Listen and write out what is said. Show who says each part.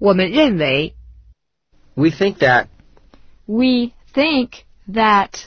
Speaker 1: 我们认为
Speaker 2: We think that
Speaker 3: We think that